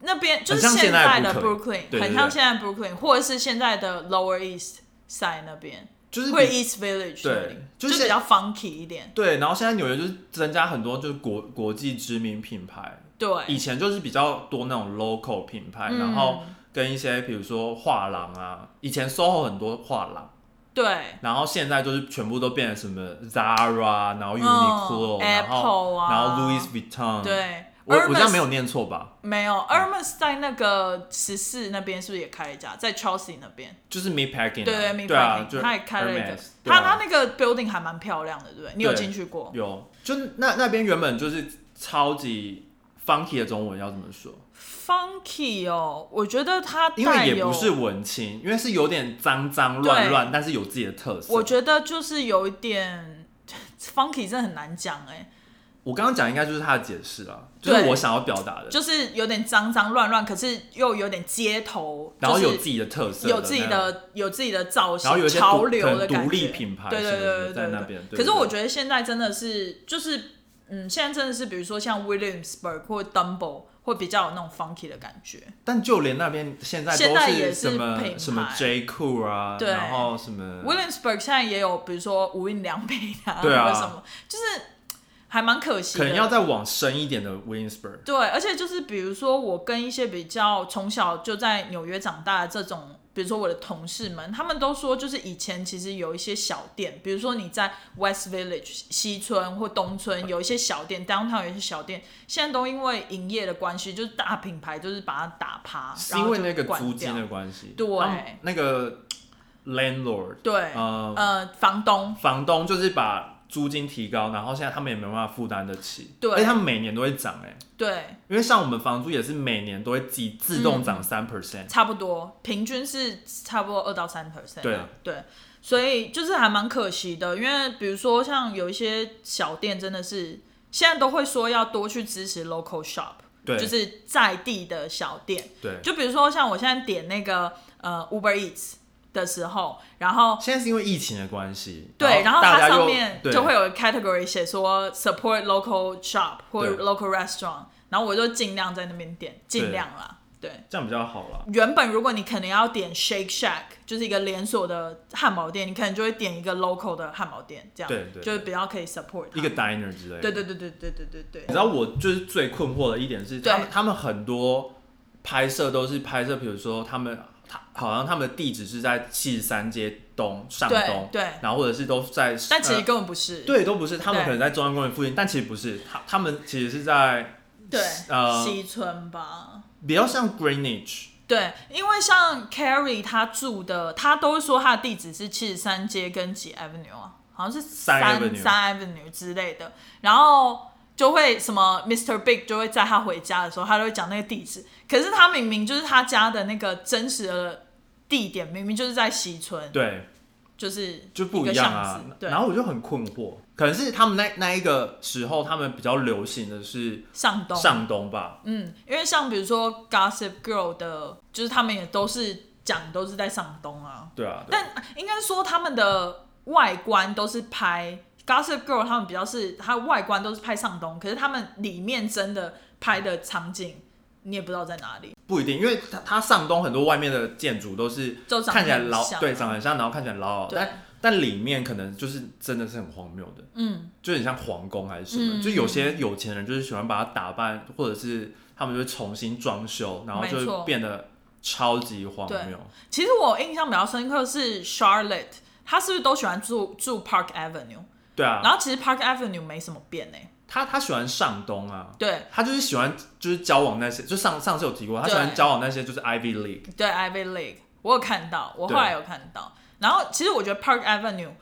那边就是很像现在在的的 Brooklyn，对对对很像现在的 Brooklyn，或者是现在的 Lower East Side 那边，就是或者比 East Village 对那里，就就是比较 funky 一点。对，然后现在纽约就是增加很多就是国国际知名品牌，以对，前就是比较多那种 local 品牌，嗯然后跟一些比如说画廊啊，以前 SOHO 很多画廊，对，然后现在就是全部都变成什么 Zara，然后嗯 Uniqlo，、然后、 Apple 啊然后 Louis Vuitton，，对。嗯我我这样 Hermes- 没有嗯念错吧？没有，Hermes 在那个十四那边是不是也开了一家？在 Chelsea 那边，就是 Meat Packing，、对啊、对 m 对啊，就 Packing，他也开了一 Hermes，个，对他啊他那个 building 还蛮漂亮的，对不对？你有对进去过？有，就那那边原本就是超级 funky 的中文要怎么说？ Funky 哦，我觉得它因为带也有不是文青，因为是有点脏脏乱乱，但是有自己的特色。我觉得就是有一点 funky，真的很难讲哎、我刚刚讲应该就是他的解释啊，就是对我想要表达的，就是有点脏脏乱乱，可是又有点街头，然后就有是自己的特色，有自己，的有自己的造型，然后有一些独潮流的可能感独觉，立品牌对对什对么的对对在那对边对可是对我对觉得现在真的是就是嗯，现在真的是比如说像 Williamsburg 或 Dumble 会比较有那种 funky 的感觉。但就连那边现在现都在也是什么品牌什么 J Cool 啊，对然后什么 Williamsburg 现在也有比如说无印良品啊，嗯对啊或者什么，就是还蛮可惜可的。能要再往深一点的 Winsburg，对，而且就是比如说，我跟一些比较从小就在纽约长大的这种比如说我的同事们，他们都说，就是以前其实有一些小店，比如说你在 West Village 西村或东村有一些小店，downtown 有一些小店，现在都因为营业的关系，就是大品牌就是把它打趴，是然因后为就那个关租掉金的关系，对他们那个 landlord，对，呃，呃，房东房东就是把租金提高，然后现在他们也没办法负担得起，对而且他们每年都会涨哎、对，因为像我们房租也是每年都会自己自动涨嗯三 percent，差不多，平均是差不多二到三 percent。啊对啊对，所以就是还蛮可惜的，因为比如说像有一些小店真的是现在都会说要多去支持 local shop，对就是在地的小店。对。就比如说像我现在点那个呃 Uber Eats 的时候，然后现在是因为疫情的关系，对，然后大它家上又面对就会有个 category 写说 support local shop 或对 local restaurant，然后我就尽量在那边点，尽对量啦，对。这样比较好啦。原本如果你可能要点 Shake Shack，就是一个连锁的汉堡店，你可能就会点一个 local 的汉堡店，这样对对就是比较可以 support 它一个 diner 之类的。对对对对对对对对你知道我就是最困惑的一点是，对他们他们很多拍摄都是拍摄，比如说他们他好像他们的地址是在七十三街东上对东，对，然后或者是都在，但其实呃根本不是，对都不是，他们对可能在中央公园附近，但其实不是，他他们其实是在对呃西村吧。比较像 Greenwich，对，因为像 Carrie 她住的，她都说她的地址是七十三街跟几 Avenue 啊，好像是三三 Avenue 三 Avenue 之类的，然后。就会什么 Mr. Big 就会在她回家的时候，他就会讲那个地址。可是他明明就是他家的那个真实的地点，明明就是在西村，对，就是就不个一样巷啊子，。对然，后我就很困惑，可能是他们那那一个时候，他们比较流行的是上东上东吧，嗯，因为像比如说 Gossip Girl 的，就是他们也都是讲都是在上东啊，对啊，对但应该说他们的外观都是拍《Gossip Girl》，他们比较是它外观都是拍上东，可是他们里面真的拍的场景，你也不知道在哪里。不一定，因为它它上东很多外面的建筑都是就长得看起来很老，像啊对，长得很像，然后看起来老老，对但但里面可能就是真的是很荒谬的，嗯，就很像皇宫还是什么，嗯就有些有钱人就是喜欢把它打扮，或者是他们就会重新装修，然后没就错变得超级荒对谬。其实我印象比较深刻是 Charlotte，她是不是都喜欢住住 Park Avenue？、对啊，然后其实 Park Avenue 没什么变呢、他他喜欢上东啊，对他就是喜欢就是交往那些，就上上次有提过，他喜欢对交往那些就是 Ivy League，对，Ivy League 我有看到，我后来有看到。然后其实我觉得 Park Avenue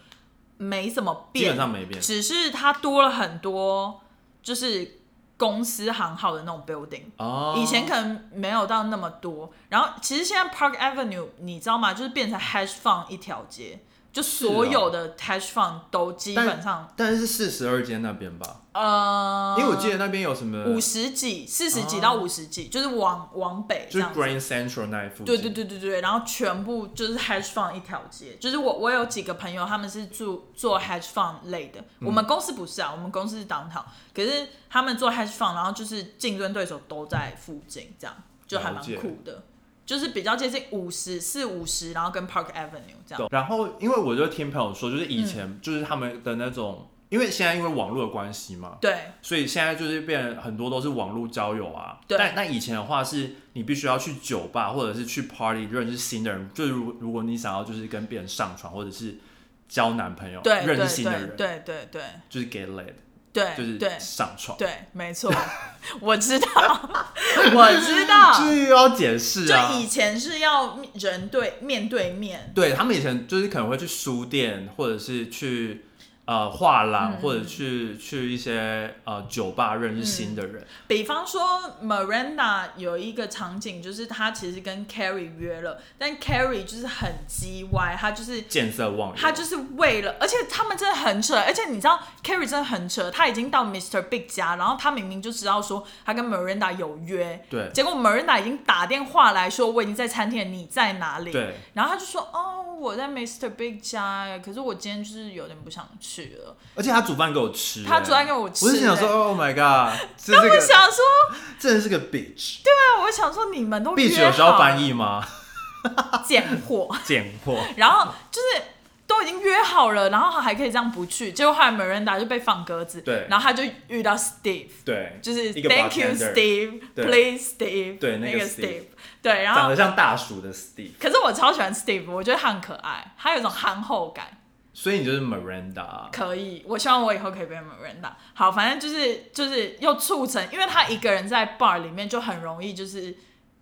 没怎么基变本，上没变。只是它多了很多，就是公司行号的那种 building。哦，以前可能没有到那么多，然后其实现在 Park Avenue 你知道吗？就是变成 hash fund 一条街，就所有嗯的 hash fund 都基本上、但是四十二街那边吧，呃，因为我记得那边有什么五十几、四十几到哦五十几，就是往往北这就是样子。 Grand Central 那一附近。对对对对对，然后全部就是 hedge fund 一条街，就是我我有几个朋友他们是做做 hedge fund 类的，嗯我们公司不是啊，我们公司是 downtown，可是他们做 hedge fund，然后就是竞争对手都在附近，这样就还蛮了解酷的，就是比较接近五十四五十，然后跟 Park Avenue 这样，懂然后，因为我就听朋友说，就是以嗯前就是他们的那种，因为现在因为网络的关系嘛，对所以现在就是变很多都是网络交友啊。对但那以前的话是，你必须要去酒吧或者是去 party 认识新的人，就是如如果你想要就是跟别人上床或者是交男朋友，对对认识对新的人，对对对就是 get laid，对，就是对上床。对，没 错，我知道，我知 道，这又要解释就啊。以前是要人对面对面。对他们以前就是可能会去书店，或者是去呃画嗯廊，或者去去一些呃酒吧认识新嗯的人。比方说，Miranda 有一个场景，就是她其实跟 Carrie 约了，但 Carrie 就是很叽歪，她就是见色忘友，她就是为了，而且他们真的很扯，而且你知道 Carrie 真的很扯，她已经到 Mr. Big 家，然后她明明就知道说她跟 Miranda 有约，对结果 Miranda 已经打电话来说我已经在餐厅了，你在哪里？对然后她就说哦我在 Mr. Big 家耶，可是我今天就是有点不想去了，而且他煮饭给我吃、她欸煮饭给我吃我是想说欸，Oh my god，这但是我个想说，真的是个 bitch。 对，我想说你们都 bitch 约有时候好了翻译吗？贱货，贱货。然后就是都都已经约好了，然后他还可以这样不去，结果后来 Miranda 就被放鸽子，对然后他就遇到 Steve，对，就是一个 Thank you bartender Steve，Please 对 Steve，对那那个 Steve， Steve 对，然长后得像大叔的 Steve，可是我超喜欢 Steve，我觉得他很可爱，他有一种憨厚感。所以你就是 Miranda，啊可以，我希望我以后可以变 Miranda。好，反正就是就是又促成，因为他一个人在 bar 里面就很容易就是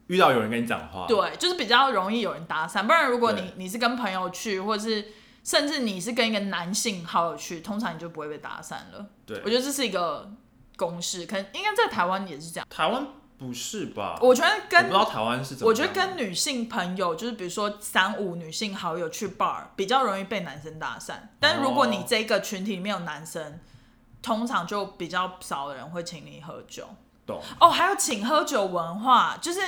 遇到有人跟你讲话，对，就是比较容易有人搭讪。不然如果你对你是跟朋友去，或者是甚至你是跟一个男性好友去，通常你就不会被搭讪了。对我觉得这是一个公式，可能应该在台湾也是这样。台湾不是吧？我觉得啊我跟不知道台湾是怎么样，啊我觉得跟女性朋友，就是比如说三五女性好友去 bar，比较容易被男生搭讪。但如果哦你这个群体里面有男生，通常就比较少人会请你喝酒。懂哦，还有请喝酒文化，就是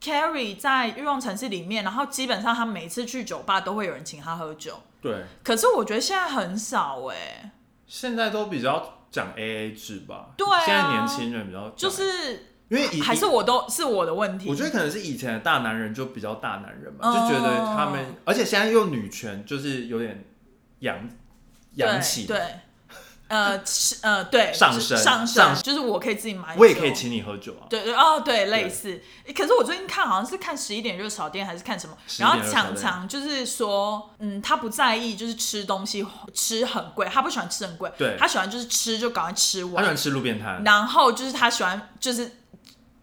Carrie 在欲望城市里面，然后基本上他每次去酒吧都会有人请他喝酒，对，可是我觉得现在很少哎、现在都比较讲 AA 制吧，对啊现在年轻人比较讲就是因为以还是我都是我的问题。我觉得可能是以前的大男人就比较大男人嘛，哦就觉得他们，而且现在又女权，就是有点洋洋气，对，对呃是呃对上就是升上上升，就是我可以自己买酒，我也可以请你喝酒啊，对对哦，对，类似。诶可是我最近看好像是看十一点热炒店还是看什么， 11然后点热炒常店常就是说，嗯，他不在意就是吃东西吃很贵，他不喜欢吃很贵，对他喜欢就是吃就赶快吃他喜完，欢吃路边摊，然后就是他喜欢就是。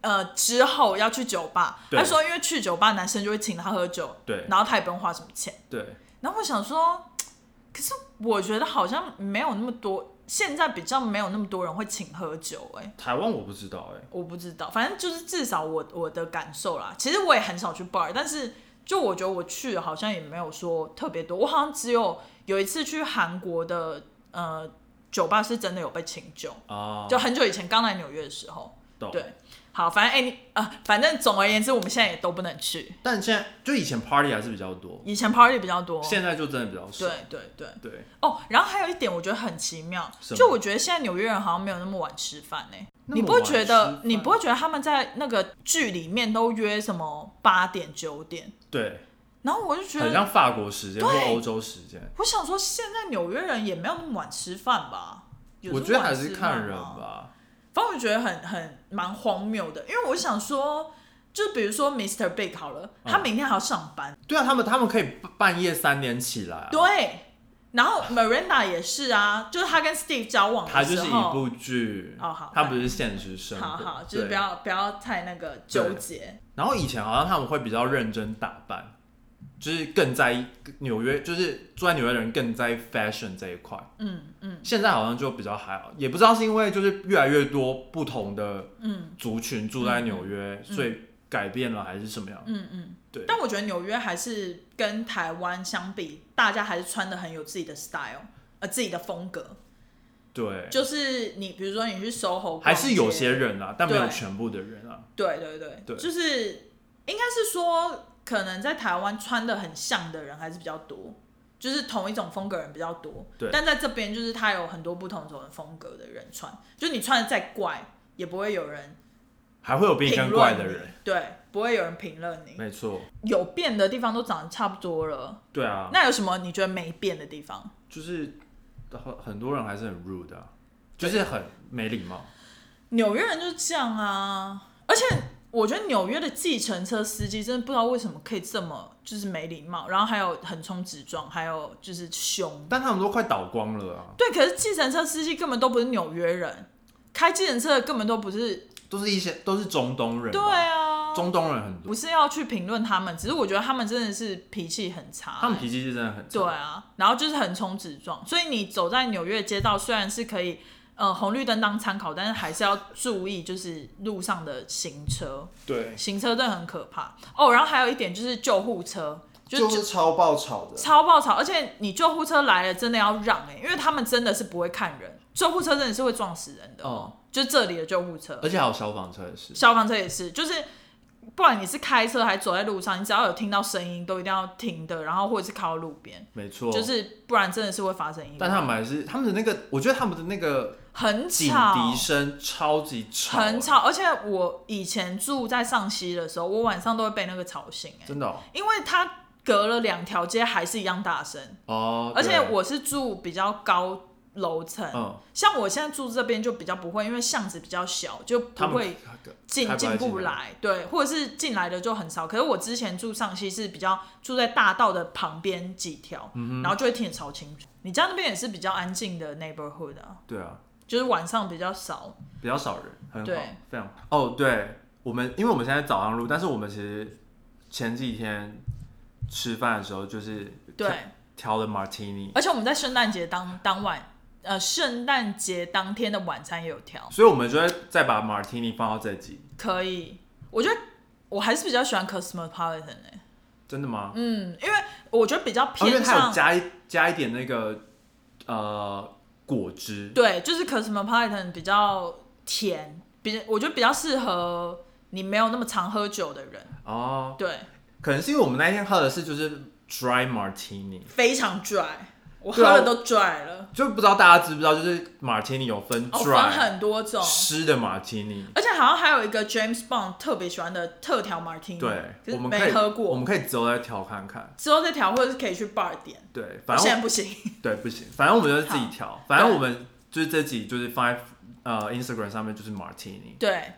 呃，之后要去酒吧，对他说因为去酒吧男生就会请他喝酒，对然后他也不用花什么钱。对，然后我想说，可是我觉得好像没有那么多，现在比较没有那么多人会请喝酒、欸，哎，台湾我不知道哎、我不知道，反正就是至少我我的感受啦。其实我也很少去 bar，但是就我觉得我去好像也没有说特别多，我好像只有有一次去韩国的呃酒吧是真的有被请酒，啊，就很久以前刚来纽约的时候。懂对，好，反正哎、你啊、反正总而言之，我们现在也都不能去。但现在就以前 party 还是比较多，以前 party 比较多，现在就真的比较少对，对哦对。对，哦，然后还有一点我觉得很奇妙，什么就我觉得现在纽约人好像没有那么晚吃饭呢、那么你不会晚觉吃得饭你不会觉得他们在那个剧里面都约什么八点九点？对，然后我就觉很得，像法国时间或对欧洲时间，我想说现在纽约人也没有那么晚吃饭吧？有我这么觉得还晚是吃看饭人吗。吧，反正我觉得很很蛮荒谬的，因为我想说，就比如说 Mr. Big 好了，嗯他明天还要上班，对啊，他们他们可以半夜三点起来、啊，对。然后 Miranda 也是啊，就是他跟 Steve 交往的时候，它就是一部剧，哦好它不是现实生活，好好，就是对不要不要太那个纠结。然后以前好像他们会比较认真打扮，就是更在意纽约，就是住在纽约的人更在意 fashion 这一块。嗯嗯现在好像就比较还好，也不知道是因为就是越来越多不同的嗯族群住在纽约，所以改变了还是什么样？嗯嗯。对，但我觉得纽约还是跟台湾相比，大家还是穿的很有自己的 style，呃，自己的风格。对，就是你比如说你去 SOHO，逛街还是有些人啊，但没有对全部的人啊。对对对，对就是应该是说，可能在台湾穿的很像的人还是比较多。就是同一种风格的人比较多，对但在这边就是他有很多不同种风格的人穿，就你穿的再怪，也不会有人还会有比你评更论怪的你人，，对，不会有人评论你。没错，有变的地方都长得差不多了，对啊，那有什么你觉得没变的地方？就是很很多人还是很 rude 啊，就是很没礼貌。纽约人就是这样啊，而且我觉得纽约的计程车司机真的不知道为什么可以这么就是没礼貌，然后还有横冲直撞，还有就是凶。但他们都快倒光了啊，对，可是计程车司机根本都不是纽约人，开计程车的根本都不是。都是一些都是中东人，对，啊，中东人很多，不是要去评论他们，只是我觉得他们真的是脾气很差、他们脾气是真的很差对，啊，然后就是横冲直撞，所以你走在纽约街道，虽然是可以，呃，红绿灯当参考，但是还是要注意，就是路上的行车，对，行车真的很可怕哦。然后还有一点就是救护车，就就是超爆吵的，超爆吵，而且你救护车来了真的要让哎、因为他们真的是不会看人，救护车真的是会撞死人的，哦，就这里的救护车，而且还有消防车也是，消防车也是，就是不管你是开车还是走在路上，你只要有听到声音都一定要停的，然后或者是靠路边。没错，就是不然真的是会发生意但外，他们还是他们的那个，我觉得他们的那个很警吵笛，声超级吵，很，吵。而且我以前住在上西的时候，我晚上都会被那个吵醒、欸，真的哦因为它隔了两条街还是一样大声，哦，而且对我是住比较高楼层，嗯，像我现在住这边就比较不会，因为巷子比较小，就他不们会进开进进不来，来，对，或者是进来的就很少。可是我之前住上溪是比较住在大道的旁边几条，嗯然后就会听得超清楚。你家那边也是比较安静的 neighborhood 啊，对啊，就是晚上比较少。比较少人，很好对，非常哦，对我们，因为我们现在早上录，但是我们其实前几天吃饭的时候就是对，调了 martini，而且我们在圣诞节当当晚，呃，圣诞节当天的晚餐也有调，所以我们就会再把 martini 放到这集，可以。我觉得我还是比较喜欢 cosmopolitan 哎、真的吗？嗯，因为我觉得比较哦，因为偏它向有加一加一点那个呃果汁，对，就是 Cosmopolitan 比较甜，比我觉得比较适合你没有那么常喝酒的人。哦，对，可能是因为我们那天喝的是就是 dry martini，非常 dry，我喝对啊了都 dry 了。就不知道大家知不知道，就是 martini 有分哦，分 dry 很多种，湿的 martini。而且好像还有一个 James Bond 特别喜欢的特调 Martini，对，可我是们可以没喝我过。们可以之后再调看看。之后再调，或者是可以去 bar 点，对，反正现在我不行。 对不行，反正我们就是自己好调。反正我们就是这集就是放在呃 Instagram 上面就是 martini，对，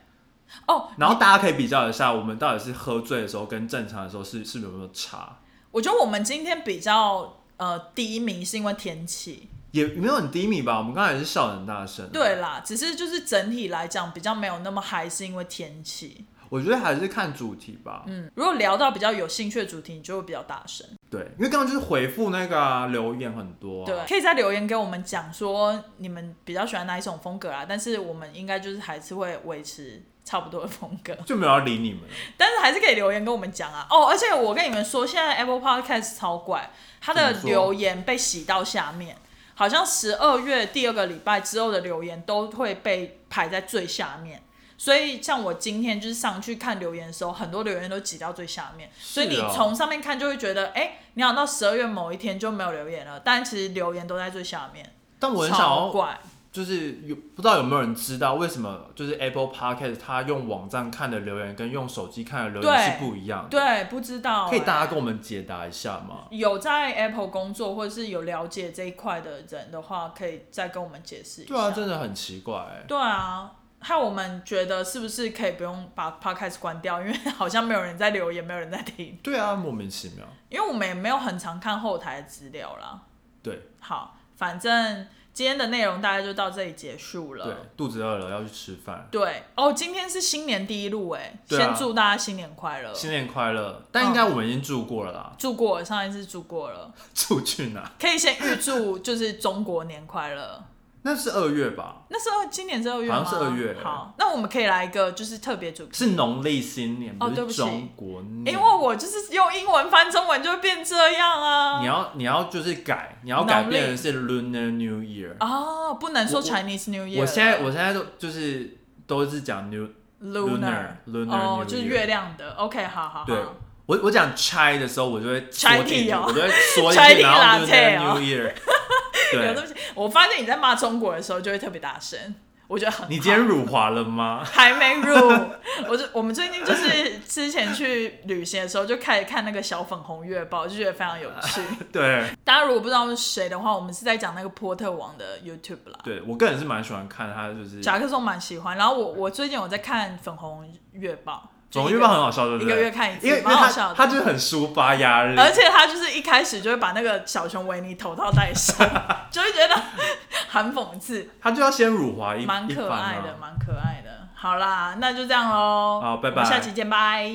哦，然后大家可以比较一下，我们到底是喝醉的时候跟正常的时候是是不是有没有差？我觉得我们今天比较呃第一名是因为天气，也没有很低迷吧？我们刚才也是笑得很大声。对，啦，只是就是整体来讲比较没有那么嗨，是因为天气。我觉得还是看主题吧。嗯，如果聊到比较有兴趣的主题，你就会比较大声。对，因为刚刚就是回复那个、啊、留言很多、啊。对，可以在留言给我们讲说你们比较喜欢哪一种风格啊，但是我们应该就是还是会维持差不多的风格，就没有要理你们。但是还是可以留言跟我们讲啊。哦，而且我跟你们说，现在 Apple Podcast 超怪，它的怎么说留言被洗到下面，好像十二月第二个礼拜之后的留言都会被排在最下面。所以，像我今天就是上去看留言的时候，很多留言都挤到最下面，所以你是哦从上面看就会觉得，哎、你想到十二月某一天就没有留言了，但其实留言都在最下面，但我很想超要，怪。就是有不知道有没有人知道为什么就是 Apple Podcast 它用网站看的留言跟用手机看的留言对是不一样的。对，啊不知道、可以大哎家跟我们解答一下吗？有在 Apple 工作或者是有了解这一块的人的话，可以再跟我们解释一下。对啊，真的很奇怪、欸。对啊，害我们觉得是不是可以不用把 Podcast 关掉，因为好像没有人在留言，没有人在听，对啊，莫名其妙。因为我们也没有很常看后台的资料啦。对好，反正今天的内容大概就到这里结束了。对，肚子饿了要去吃饭。对哦，今天是新年第一路哎，对啊先祝大家新年快乐。新年快乐！但应该我们已经住过了啦，住过了，上一次住过了， 住去哪？可以先预祝就是中国年快乐。那是二月吧，那时候今年是二月吗？好像是二月好，那我们可以来一个就是特别主题，是农历新年，哦不对是不起中国年。因为我就是用英文翻中文就会变这样啊。你要你要就是改，你要农改历变成是 Lunar New Year。哦，不能说我我 Chinese New Year 了。我现在我现在都就是都是讲 New Lunar Lunar 哦 New，就是 Year 月亮的。OK，好好好。对我我讲 Chai 的时候，我就会缩进 Chai 去，tea 哦我就会缩 进 Chai 去， tea 然后 latte Lunar 哦 New Year。有对东，西，我发现你在骂中国的时候就会特别大声，我觉得很好。你今天辱华了吗？还没入，我就我们最近就是之前去旅行的时候就开始看那个小粉红月报，就觉得非常有 趣。对，大家如果不知道是谁的话，我们是在讲那个波特王的 YouTube 啦。对我个人是蛮喜欢看他，就是夹克松蛮喜欢，然后我我最近有在看粉红月报，总就共一个月报很好笑，对不对？一个月看一次因为因为蛮好他笑的他就是很抒发压力，而且他就是一开始就会把那个小熊维尼头套戴 上，就会觉得很讽刺，他就要先辱华一蛮可爱一番的，啊蛮可爱的。好啦，那就这样喽，好拜拜我们下期见，拜。